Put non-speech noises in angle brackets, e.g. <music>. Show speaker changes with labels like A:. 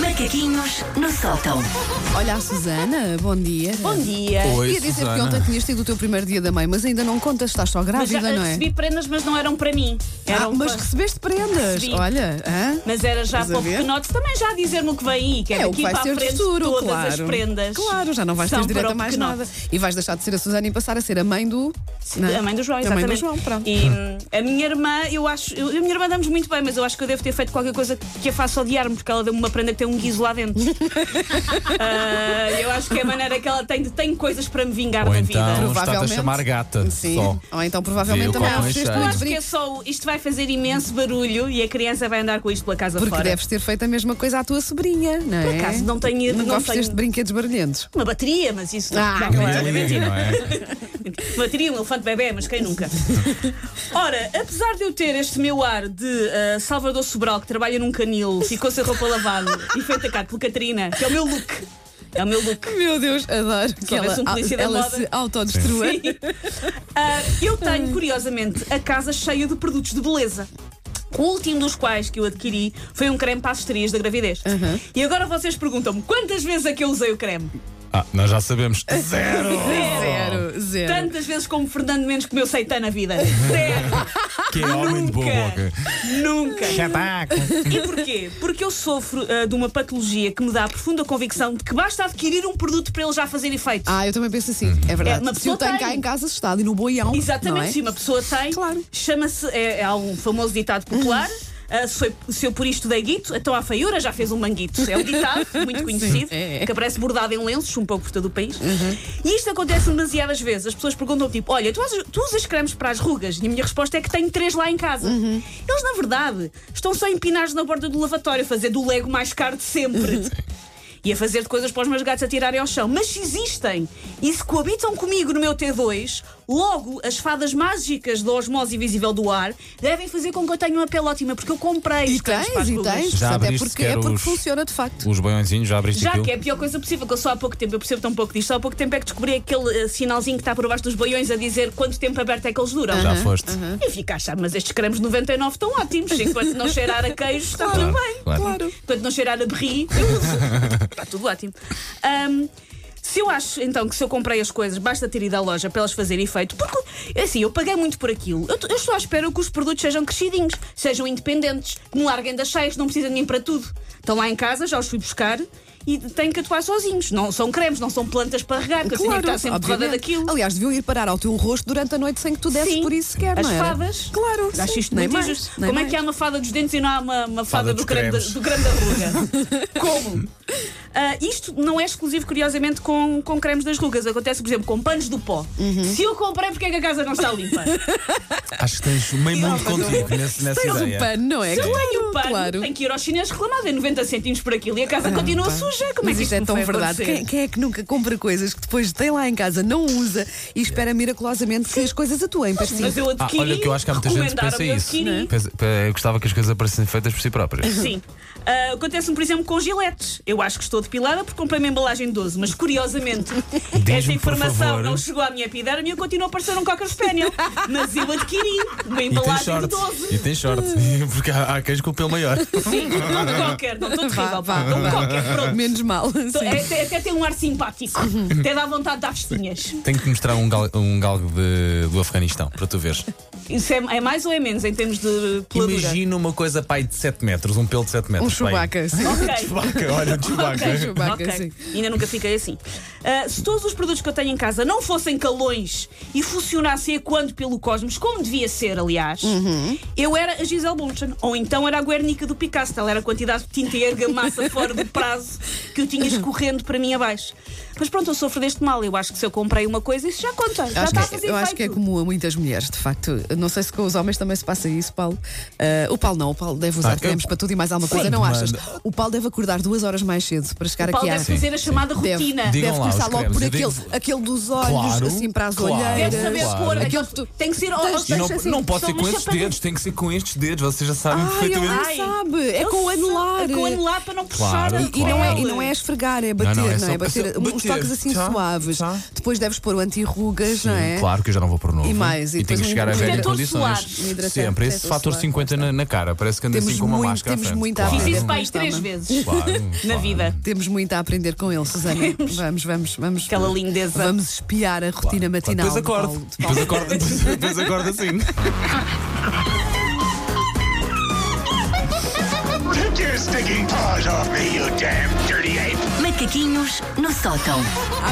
A: Macaquinhos no sótão.
B: Olha a Susana, bom dia.
C: É.
D: Bom dia.
C: Oi,
B: Ia dizer
C: Susana.
B: que ontem tinhas tido o teu primeiro dia da mãe, mas ainda não contas, estás só
D: Mas já
B: grávida, não é?
D: recebi prendas, mas não eram para mim.
B: Ah,
D: Eram
B: mas
D: para-
B: recebeste prendas,
D: Recebi.
B: olha. hã?
D: Mas era já
B: Estás a
D: para o
B: ver?
D: pequenote também já dizer-me o que vem aí, que é,
B: É o
D: daqui
B: que vai
D: para a
B: ser do
D: frente
B: futuro,
D: todas
B: claro.
D: as prendas.
B: Claro, já não vais
D: são
B: ter direito
D: para
B: a
D: o
B: mais
D: pequenote.
B: nada. E vais deixar de ser a Susana e passar a ser a mãe do. não é?
D: A mãe do João,
B: A
D: exatamente.
B: mãe do João, pronto.
D: E hum, a minha irmã, eu acho. Eu, a minha irmã damos muito bem, mas eu acho que eu devo ter feito qualquer coisa que a faça odiar-me, porque ela deu-me uma prenda que tem um guiso
B: <laughs>
D: lá dentro. Ah, eu acho que é a maneira que ela tem de tem coisas para me vingar
C: Ou
D: da
C: então
D: vida.
C: está-te a
B: Provavelmente.
C: chamar gata.
B: Sim.
C: Só.
B: Ou então provavelmente
C: Vê o
B: também
C: copo
B: ofereceste
C: encher.
D: Eu
B: muitos
D: acho que é
B: brincos.
D: só. Isto vai fazer imenso barulho e a criança vai andar com isto pela casa
B: Porque
D: fora.
B: deves ter feito a mesma coisa à tua sobrinha, não é?
D: Por acaso, não tenho ido,
B: Nunca
D: não
B: ofereceste
D: tenho-
B: brinquedos barulhentos.
D: Uma bateria, mas isso
B: Ah,
D: não,
B: claro.
D: não,
C: Ui,
D: é
C: ui, ui,
D: mentira. <laughs>
C: não é?
D: Bateria, um elefante bebê, mas quem nunca? Ora, apesar de eu ter este meu ar de ah, Salvador Sobral, que trabalha num canil, ficou sem roupa lavada e foi atacado pelo Catarina, que é o meu look. É o meu look.
B: Meu Deus, adoro que ela,
D: houvesse um polícia da
B: ela
D: moda.
B: se autodestrua.
D: Sim. Ah, eu tenho, curiosamente, a casa cheia de produtos de beleza. O último dos quais que eu adquiri foi um creme para as estrias da gravidez. E agora vocês perguntam-me quantas vezes é que eu usei o creme?
C: Ah, nós já sabemos. Zero! Oh.
B: Zero, zero.
D: Tantas vezes como Fernando Mendes comeu seitã na vida. Zero!
C: Que é homem de boa boca.
D: Nunca!
C: Chataco.
D: E porquê? Porque eu sofro ah, de uma patologia que me dá a profunda convicção de que basta adquirir um produto para ele já fazer efeito.
B: Ah, eu também penso assim, é
D: É,
B: verdade.
D: uma
B: se eu
D: pessoa
B: tenho
D: tem.
B: cá em casa, se está ali no boião.
D: Exatamente,
B: não é?
D: se uma pessoa tem,
B: Claro. Uhum.
D: chama-se, é, há um famoso ditado popular. ah, se, foi- se eu por isto dei guito, então à feiura já fez um manguito. É um ditado
B: <laughs>
D: muito conhecido,
B: é, Uhum. é.
D: que aparece bordado em lenços, um pouco por todo o país. E isto acontece demasiadas vezes. As pessoas perguntam tipo: Olha, tu usas, tu usas cremes para as rugas? E a minha resposta é que tenho três lá em casa.
B: Uhum.
D: Eles, na verdade, estão só empinados na borda do lavatório, a fazer do lego mais caro de sempre.
B: <laughs>
D: E a fazer de coisas para os meus gatos atirarem ao chão. Mas se existem e se coabitam comigo no meu T2, logo as fadas mágicas da osmose invisível do ar devem fazer com que eu tenha uma pele ótima, porque eu comprei
B: E
D: os cremes para
B: tens,
D: as
B: e
D: rugas.
B: tens.
C: Já
B: Portanto, é
C: abriste
B: porque, é
C: sequer
B: porque
C: os-
B: funciona de facto.
C: Os baiãozinhos, já abriste
D: Já
C: aquilo?
D: que é a pior coisa possível, que eu só há pouco tempo, eu percebo tão pouco disto, só há pouco tempo é que descobri aquele eh, sinalzinho que está por baixo dos boiões a dizer quanto tempo aberto é que eles duram.
C: Já foste.
D: E fica a achar, mas estes cremes 99 estão ótimos, enquanto não cheirar a queijo está tudo bem.
C: claro.
D: Enquanto não cheirar a berri, eu uso. está tudo ótimo. Ahm, se eu acho, então, que se eu comprei as coisas, basta ter ido à loja para elas fazerem efeito, porque, assim, eu paguei muito por aquilo. Eu, t- eu estou à espera que os produtos sejam crescidinhos, sejam independentes, que me larguem das cheias, não precisam de mim para tudo. Estão lá em casa, já os fui buscar e têm que atuar sozinhos. Não são cremes, não são plantas para regar, que eu tinha que estar sempre de roda
B: obviamente.
D: daquilo.
B: Aliás, deviam ir parar ao teu rosto durante a noite sem que tu desses
D: Sim.
B: por isso sequer,
D: As
B: não era?
D: fadas.
B: Claro,
D: Acho
B: sim.
D: isto
B: Nem
D: muito
B: mais,
D: injusto.
B: nem
D: Como é
B: mais.
D: que há uma fada dos dentes e não há uma, uma
C: Fada
D: fada,
C: dos
D: do, creme da,
C: cremes.
D: do creme da
B: <laughs>
D: ruga? Como? Ah, isto não é exclusivo, curiosamente, com, com cremes das rugas. Acontece, por exemplo, com panos do pó.
B: Uhum.
D: Se eu comprei, porque é que a casa não está limpa?
C: Acho que tens meio mundo contigo nesse- nessa
B: Tens
C: ideia.
B: um pano, não <laughs> é?
C: Sim.
B: Claro,
D: Tenho um pano,
B: claro.
D: tenho que ir aos chineses reclamar, dei 90 centíimos É por aquilo e a casa continua suja. Como é
B: Mas
D: que
B: isto é
D: me
B: tão
D: foi
B: verdade.
D: acontecer?
B: Quem, quem é que nunca compra coisas que depois tem lá em casa, não usa e espera miraculosamente que as coisas atuem para si?
D: Mas eu
C: Ah,
D: adquiri.
C: olha que eu acho que há muita gente que pensa
D: recomendaram-me, eu
C: isso.
D: adquiri.
B: é?
C: Pensa- pe- eu gostava que as coisas aparecessem feitas por si próprias.
D: Sim. Ah, Acontece-me, por exemplo, com giletes. Eu acho que estou depilada porque comprei uma embalagem de 12, mas
C: <laughs>
D: curiosamente esta
C: por
D: informação
C: favor.
D: não chegou à minha epiderme e eu continuo a parecer um Cocker Spaniel. Mas eu adquiri uma
C: E tem
D: embalagem de
C: short.
D: 12.
C: E tem short. <laughs> Porque há, há queijo com o pelo maior.
D: Sim, não de Um Cocker, não estou terrível, pá. Não de Cocker, pronto.
B: Menos mal.
C: Então
D: Tô-
C: é
B: sim.
D: Até, até tem um ar simpático.
C: Uhum.
D: Até dá vontade de dar festinhas.
C: Tenho que te mostrar um, gal- um galgo de- do Afeganistão para tu veres.
D: Isso é, é mais ou é menos em termos de peladura?
C: Imagina uma coisa pai de 7 metros, um pelo de 7
B: Um
C: metros. pai.
B: chubaca, sim.
D: Ok.
C: Chewbacca,
B: <laughs>
C: olha, Chewbacca.
D: Ok,
B: Chewbacca,
D: ok.
B: sim.
D: Ainda nunca fiquei assim. Ah, se todos os produtos que eu tenho em casa não fossem calões e funcionassem a quando pelo cosmos, como devia ser, aliás,
B: Uhum.
D: eu era a Gisele Bündchen. Ou então era a Guernica do Picasso. Ela era a quantidade de tinta
B: <laughs>
D: e argamassa fora do prazo que eu tinha escorrendo para mim abaixo. Mas pronto, eu sofro deste mal. Eu acho que se eu comprei uma coisa, isso já conta. Já tá
B: Acho
D: está a
B: que-
D: fazer
B: eu acho que é
D: efeito.
B: comum a muitas mulheres, de facto. Não sei se com os homens também se passa isso, Paulo. Ah, o Paulo não, o Paulo deve usar
C: Ah, eu-
B: cremes para tudo e mais alguma coisa,
C: Quando
B: não achas?
C: manda-
B: O Paulo deve acordar duas horas mais mais cedo para chegar
D: Paulo
B: aqui à.
D: deve fazer a chamada
B: Deve-
D: rotina.
C: Diga-
B: Deve
C: Digam lá
B: começar
C: os
B: logo
C: cremes.
B: por
C: Eu
B: aquele,
C: digo-
B: aquele dos olhos,
C: Claro,
B: assim para as
C: claro.
B: olheiras.
D: Deve saber
C: Claro.
D: pôr.
B: Aquele-
D: aquele- Tem que ser
B: Tens-
C: E
B: Deixa
C: não,
B: assim,
C: não pode ser
D: são
C: com
D: umas
C: estes
D: chapadas.
C: dedos, tem que ser com estes dedos, vocês já sabem
B: Ai, ele
C: perfeitamente.
B: não sabe. É com o anular.
D: É com o anular para não puxar
C: Claro,
D: a
B: E não, é,
D: pele.
B: e não é esfregar, é bater, não,
C: Não, não, é
B: é?
C: só-
B: bater,
C: é só
B: uns
C: bater.
B: toques assim
C: Tá,
B: suaves.
C: tá.
B: Depois deves pôr o anti-rugas, não é?
C: Claro que eu já não vou pôr novo.
B: E mais, e
C: e
B: depois
C: tenho que
B: um
C: chegar a velho em
D: protetor solar.
C: condições.
B: Um hidratante,
C: Sempre. Esse
B: protetor
C: fator
B: solar,
C: 50 na, na cara. Parece que anda
B: Temos
C: assim com uma
B: muito-
C: máscara. à
B: temos
C: frente.
B: muito a
C: Claro,
D: Fiz
B: aprender.
D: isso para aí três
B: Toma.
D: vezes
C: claro,
D: na
C: claro.
D: vida.
B: Temos muito a aprender com ele, Susana. vamos, vamos, vamos.
D: Aquela lindeza.
B: Vamos espiar a rotina matinal.
C: Depois
B: de Paulo-
C: acordo.
B: de Paulo
C: Depois acordo, <laughs> depois, depois acordo assim.
E: Take your stinking paws off me, you damn dirty ape!
A: Macaquinhos no sótão.
B: Há